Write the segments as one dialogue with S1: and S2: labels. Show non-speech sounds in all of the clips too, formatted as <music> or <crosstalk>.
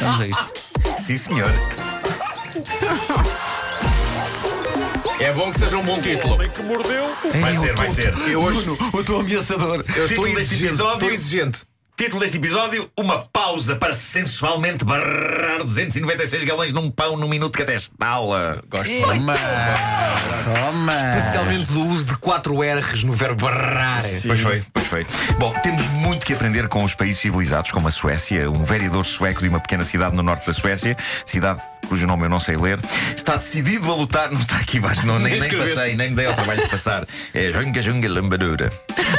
S1: Vamos a isto. Sim, senhor.
S2: É bom que seja um bom título.
S3: que mordeu.
S2: Vai
S1: Ei,
S2: ser,
S1: eu
S2: vai
S1: tô-
S2: ser. Eu hoje
S1: Nuno, eu estou ameaçador.
S2: eu estou
S4: Título deste
S2: exigente.
S4: episódio.
S2: Estou exigente.
S4: Título deste episódio: Uma pausa para sensualmente barrar 296 galões num pão num minuto que até estala.
S2: Gosto.
S1: Toma! Toma!
S2: Especialmente do uso de 4 R's no verbo barrar.
S4: Pois foi, pois foi. Bom, temos muito que aprender com os países civilizados, como a Suécia. Um vereador sueco de uma pequena cidade no norte da Suécia, cidade cujo nome eu não sei ler, está decidido a lutar. Não está aqui, baixo, não, nem,
S2: Nem
S4: nem
S2: escrever.
S4: passei, nem me dei ao trabalho de passar. É Junga Junga Lambadura.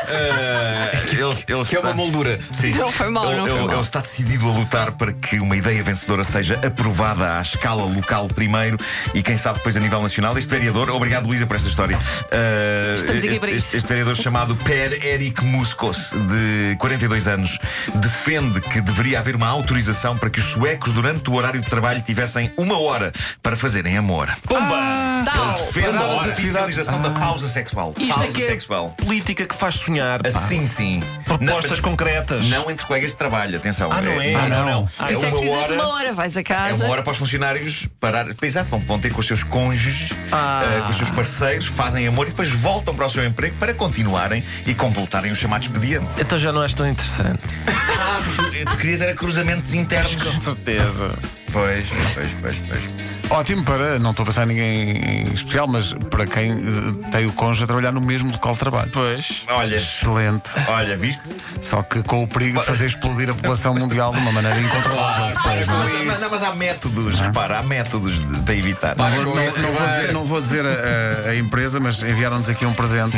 S4: Eh,
S2: Que <laughs> é uma moldura.
S4: Sim. É
S5: Não foi mal,
S4: ele,
S5: não foi
S4: ele-
S5: mal.
S4: ele está decidido a lutar para que uma ideia vencedora seja aprovada à escala local primeiro e, quem sabe, depois a nível nacional. Este vereador, obrigado Luísa por esta história. Uh,
S5: Estamos aqui
S4: este,
S5: para
S4: este-
S5: isso.
S4: este vereador chamado Per Eric Muskos, de 42 anos, defende que deveria haver uma autorização para que os suecos, durante o horário de trabalho, tivessem uma hora para fazerem amor.
S5: Tal.
S4: Defende
S1: Paradas
S4: a Ah.
S1: de atividades-
S4: oficialização da pausa sexual.
S3: Isto é
S4: pausa
S3: que é
S4: sexual.
S3: política que faz sonhar. pá.
S4: Assim sim.
S3: Propostas
S4: Não, mas-
S3: concretas.
S4: não entre colegas de trabalho, atenção.
S3: Ah, não é?
S4: Não, não,
S3: Ah, não.
S4: não.
S3: Ah,
S5: Por isso é que precisas de uma hora, vais a
S4: É
S5: casa.
S4: uma hora para os funcionários parar. Exato, vão, vão ter com os seus cônjuges,
S3: Ah.
S4: eh, com os seus parceiros, fazem amor e depois voltam para o seu emprego para continuarem e completarem o chamado expediente.
S3: Então já não és tão interessante.
S4: Ah, tu, tu querias era cruzamentos internos.
S3: certeza.
S4: Pois, pois, pois, pois.
S1: Ótimo para, não estou a pensar em ninguém em especial, mas para quem eh, tem o cônjuge a trabalhar no mesmo local de trabalho.
S3: Pois.
S4: Olha,
S1: Excelente.
S4: olha, viste?
S1: Só que com o perigo de fazer explodir a população mundial de uma maneira incontrolável. depois, não é?
S4: Mas, mas- não, mas há métodos, repara, há métodos de, para evitar.
S1: Não, não- não vou dizer,
S4: é-
S1: não vou dizer a, a- a empresa, mas enviaram-nos aqui um presente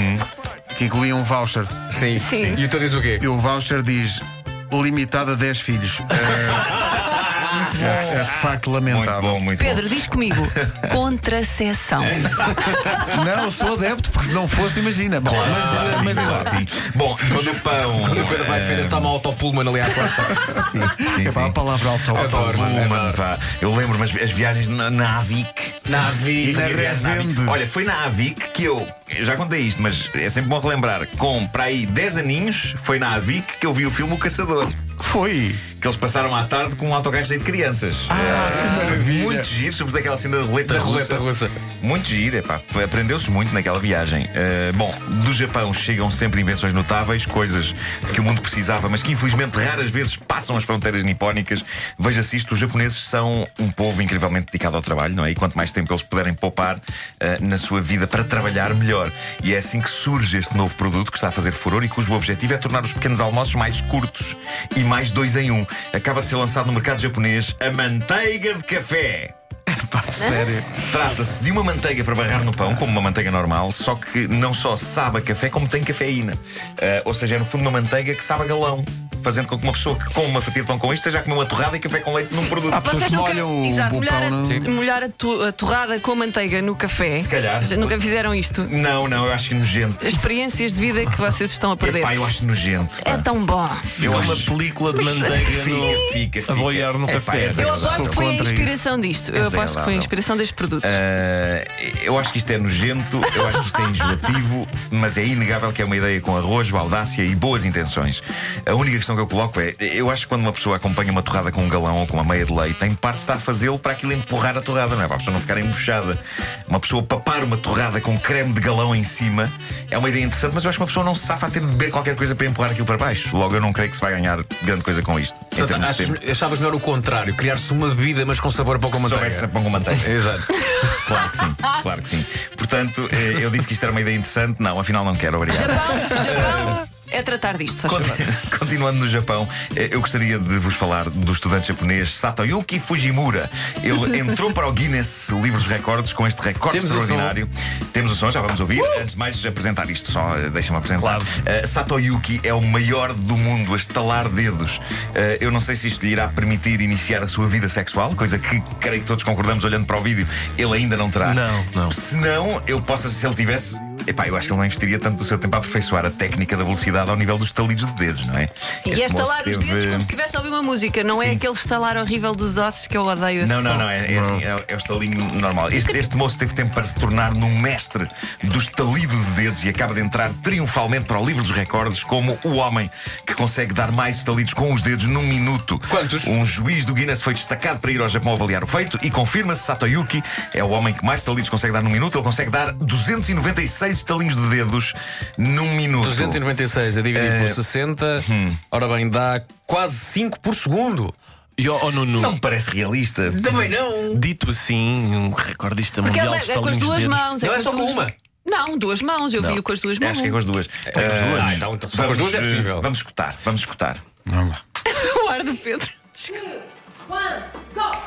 S1: que incluía um voucher.
S2: Sim.
S5: Sim.
S2: E o teu diz o quê?
S1: E o voucher diz limitado a 10 filhos. É, é, é de facto
S4: Muito
S1: lamentável.
S4: bom, muito
S5: Pedro,
S4: <laughs>
S5: diz comigo. Contraceção.
S4: É.
S1: Não, eu sou adepto, porque se não fosse, imagina. Bom,
S4: bom.
S1: mas-
S4: Ah, sim, claro que sim. Bom, quando o pão.
S2: Quando o Pedro vai de férias, está uma autopullman ali à porta.
S4: <laughs> Sim, sim,
S1: é pá, a
S4: sim.
S1: palavra autóctone.
S2: Adoro, mano,
S4: Pullman,
S2: adoro.
S4: pá. Eu lembro-me as, as viagens na, na Avic.
S2: Na
S4: E
S2: vida.
S1: na
S4: fazia viagem na
S1: Resende.
S4: Avic. Olha, foi na Avic que eu, eu já contei isto, mas é sempre bom relembrar. Com para aí 10 aninhos, foi na Avic que eu vi o filme O Caçador.
S1: Foi.
S4: Que eles passaram à tarde com um autocarro cheio de crianças. Ah, muito giro, sobretudo aquela cena da roleta
S2: Da
S4: russa.
S2: roleta russa.
S3: Então
S4: Muito giro, epá. aprendeu-se muito naquela viagem. Eh, bom, do Japão chegam sempre invenções notáveis, coisas de que o mundo precisava, mas que infelizmente raras vezes passam as fronteiras nipónicas. Veja-se isto: os japoneses são um povo incrivelmente dedicado ao trabalho, não é? E quanto mais tempo eles puderem poupar eh, na sua vida para trabalhar, melhor. E é assim que surge este novo produto que está a fazer furor e cujo objetivo é tornar os pequenos almoços mais curtos e mais dois em um. Acaba de ser lançado no mercado japonês a manteiga de café.
S1: Pá, sério.
S4: Trata-se de uma manteiga para barrar no pão, como uma manteiga normal, só que não só sabe a café, como tem cafeína. Ah, ou seja, é no fundo uma manteiga que sabe a galão, fazendo com que uma pessoa que come uma fatia de pão com isto esteja a comer uma torrada e café com leite num produto.
S1: Há pessoas
S5: Vocês
S1: que
S5: nunca.
S1: molham o-
S5: Exato,
S1: o
S5: molhar,
S1: pão no-
S5: a, molhar a tu- a torrada com manteiga no café.
S4: Se calhar.
S5: Nunca fizeram isto.
S4: Não, não, eu acho que é nojento.
S5: Experiências de vida que vocês estão a perder.
S4: Epá, eu acho nojento.
S5: É tão bom.
S4: Eu
S3: Uma
S4: acho-
S3: película de manteiga
S4: <laughs> Fica,
S3: no.
S4: fica, fica.
S3: a boiar no
S4: Epá,
S3: café.
S4: é
S3: Eu
S5: Eu
S4: desagradável.
S5: aposto que foi a
S1: Contra isso.
S5: inspiração disto.
S4: É
S5: Eu aposto que foi a
S4: desagradável.
S5: inspiração deste produto.
S4: Ah, eu acho que isto é nojento, eu acho que isto é enjoativo, mas é inegável que é uma ideia com arrojo, audácia e boas intenções. A única questão que eu coloco é: eu acho que quando uma pessoa acompanha uma torrada com um galão ou com uma meia de leite, em parte está a fazê-lo para aquilo empurrar a torrada, não é? Para a pessoa não ficar embuchada. Uma pessoa papar uma torrada com creme de galão em cima é uma ideia interessante, mas eu acho que uma pessoa não se safa a ter de beber qualquer coisa para empurrar aquilo para baixo. Logo, eu não creio que se vai ganhar grande coisa com isto. em
S2: Portanto,
S4: termos de
S2: achas-
S4: tempo.
S2: achavas melhor o contrário, criar-se uma bebida, mas com sabor a pouco a
S4: Se soubesse a
S2: manteiga.
S4: pão com manteiga.
S2: <laughs> Exato.
S4: Claro que sim, claro que sim. Portanto, eh, eu disse que isto era uma ideia interessante. Não, afinal não quero, obrigado.
S5: Japão, Japão é tratar disto, só
S4: Conti- Continuando no Japão, eh, eu gostaria de vos falar do estudante japonês Satoyuki Fujimura.
S2: <laughs>
S4: Ele entrou para o Guinness Livros dos Recordes com este recorde
S2: Temos o som.
S4: extraordinário. Temos o som, já vamos ouvir. Antes de mais apresentar isto, só eh, deixa-me apresentar. Eh, Satoyuki é o maior do mundo a estalar dedos. Eh, eu não sei se isto lhe irá permitir iniciar a sua vida sexual, coisa que creio que todos concordamos olhando para o vídeo, ele ainda não terá.
S3: Não, não.
S4: Se não, eu posso, se ele tivesse, Epá, eu acho que ele não investiria tanto do seu tempo a aperfeiçoar a técnica da velocidade ao nível dos estalidos de dedos, não é?
S5: E
S4: Este
S5: é estalar
S4: moço
S5: os
S4: teve-
S5: dedos como se estivesse a ouvir uma música, não é
S4: Sim.
S5: aquele estalar horrível dos ossos que eu odeio. esse
S4: Não, não,
S5: som.
S4: não, é, é assim, é, é o estalinho normal. Este, este moço teve tempo para se tornar num mestre do estalido de dedos e acaba de entrar triunfalmente para o livro dos recordes como o homem que consegue dar mais estalidos com os dedos num minuto.
S2: Quantos?
S4: Um juiz do Guinness foi destacado para ir ao Japão avaliar o feito e confirma-se Satoyuki é o homem que mais estalidos consegue dar num minuto. Ele consegue dar 296 estalinhos de dedos num minuto.
S2: 296 a dividir é por 60, ora bem, dá quase 5 por segundo.
S3: E ó, ó, Nuno,
S4: Não me parece realista.
S2: Também não!
S3: dito assim, um recordista
S5: Porque
S3: mundial
S5: ele
S3: de
S5: é, é com as
S3: estalinhos de
S5: duas
S3: dedos.
S5: mãos.
S2: Não é
S5: com
S2: só
S5: as
S2: com
S5: duas-
S2: uma?
S5: Não, duas mãos. Eu vi-o com as duas mãos.
S4: Acho que é com as duas.
S2: Ah,
S4: Ah,
S2: então, então só com
S4: vamos,
S2: as duas é
S4: eh,
S2: possível.
S4: Vamos escutar, vamos escutar.
S1: Vamos lá.
S5: <laughs> o ar do Pedro.
S6: two, one, go!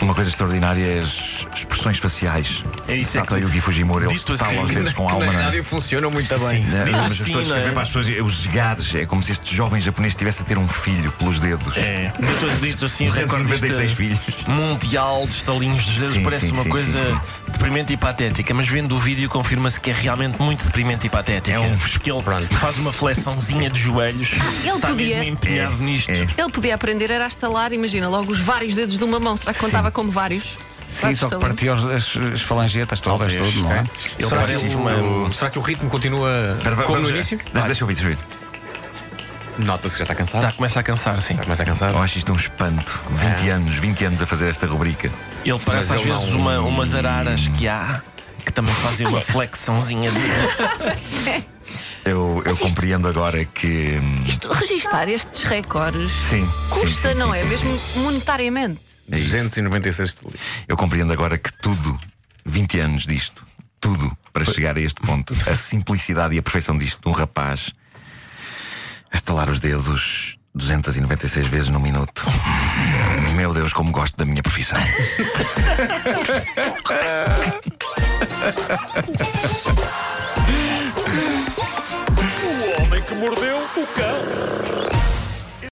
S4: Uma coisa extraordinária é as expressões faciais.
S3: É isso, é
S4: Sato
S3: que-
S4: Yuki Fujimori, ele
S3: Dito
S4: estala
S3: assim,
S4: aos dedos
S3: <laughs>
S4: com a alma.
S2: Na
S4: não é?
S2: rádio funciona muito bem.
S4: Né?
S3: Dito
S4: Mas
S3: assim,
S4: eu estou a escrever
S3: né?
S4: para as pessoas os esgares. É como se este jovem japonês estivesse a ter um filho pelos dedos.
S3: É, dito, dito assim,
S4: Um
S3: o
S4: recorde de 96
S3: recordista
S4: filhos.
S3: mundial de estalinhos de dedos
S4: Sim,
S3: parece
S4: sim,
S3: uma
S4: sim,
S3: coisa
S4: sim,
S3: deprimente e patética, mas vendo o vídeo confirma-se que é realmente muito deprimente e patética.
S4: É um-
S3: Porque ele faz uma flexãozinha de joelhos.
S5: Ah, ele
S3: está
S5: podia.
S3: mesmo empenhado nisto.
S4: é.
S5: Ele podia aprender era a estalar, imagina, logo os vários dedos de uma mão. Será que contava como vários?
S1: Sim,
S5: Vários
S1: só que
S5: estalinhos?
S1: partiu as, as, as falangetas todas,
S4: Talvez,
S1: tudo, não é?
S4: é.
S1: Ele
S2: Será, que
S1: parece
S2: o-
S1: isto-
S2: será que o ritmo continua
S4: Espera, va-
S2: como
S4: vamos
S2: no
S4: ver.
S2: início?
S4: Deixa, deixa eu ouvir, deixa eu ouvir.
S2: Nota-se que já está cansado.
S3: Já começa a cansar, sim.
S2: Começa a cansar.
S4: Eu acho isto um espanto.
S3: É.
S4: 20 anos, 20 anos a fazer esta rubrica.
S3: Ele parece
S2: Mas
S3: às
S2: ele
S3: vezes
S2: não-
S3: uma- umas araras que há que também fazem uma flexãozinha de
S4: Eu, eu compreendo agora que. hum,
S5: Isto, registar estes recordes
S4: Sim,
S5: custa,
S4: sim, sim,
S5: não
S4: sim,
S5: é?
S4: sim,
S5: Mesmo monetariamente.
S4: é isso.
S2: 296 estelitos.
S4: Eu compreendo agora que tudo, 20 anos disto, tudo para chegar a este ponto, a simplicidade e a perfeição disto, de um rapaz a estalar os dedos 296 vezes num minuto. Meu Deus, como gosto da minha profissão.
S3: O homem que mordeu o cão.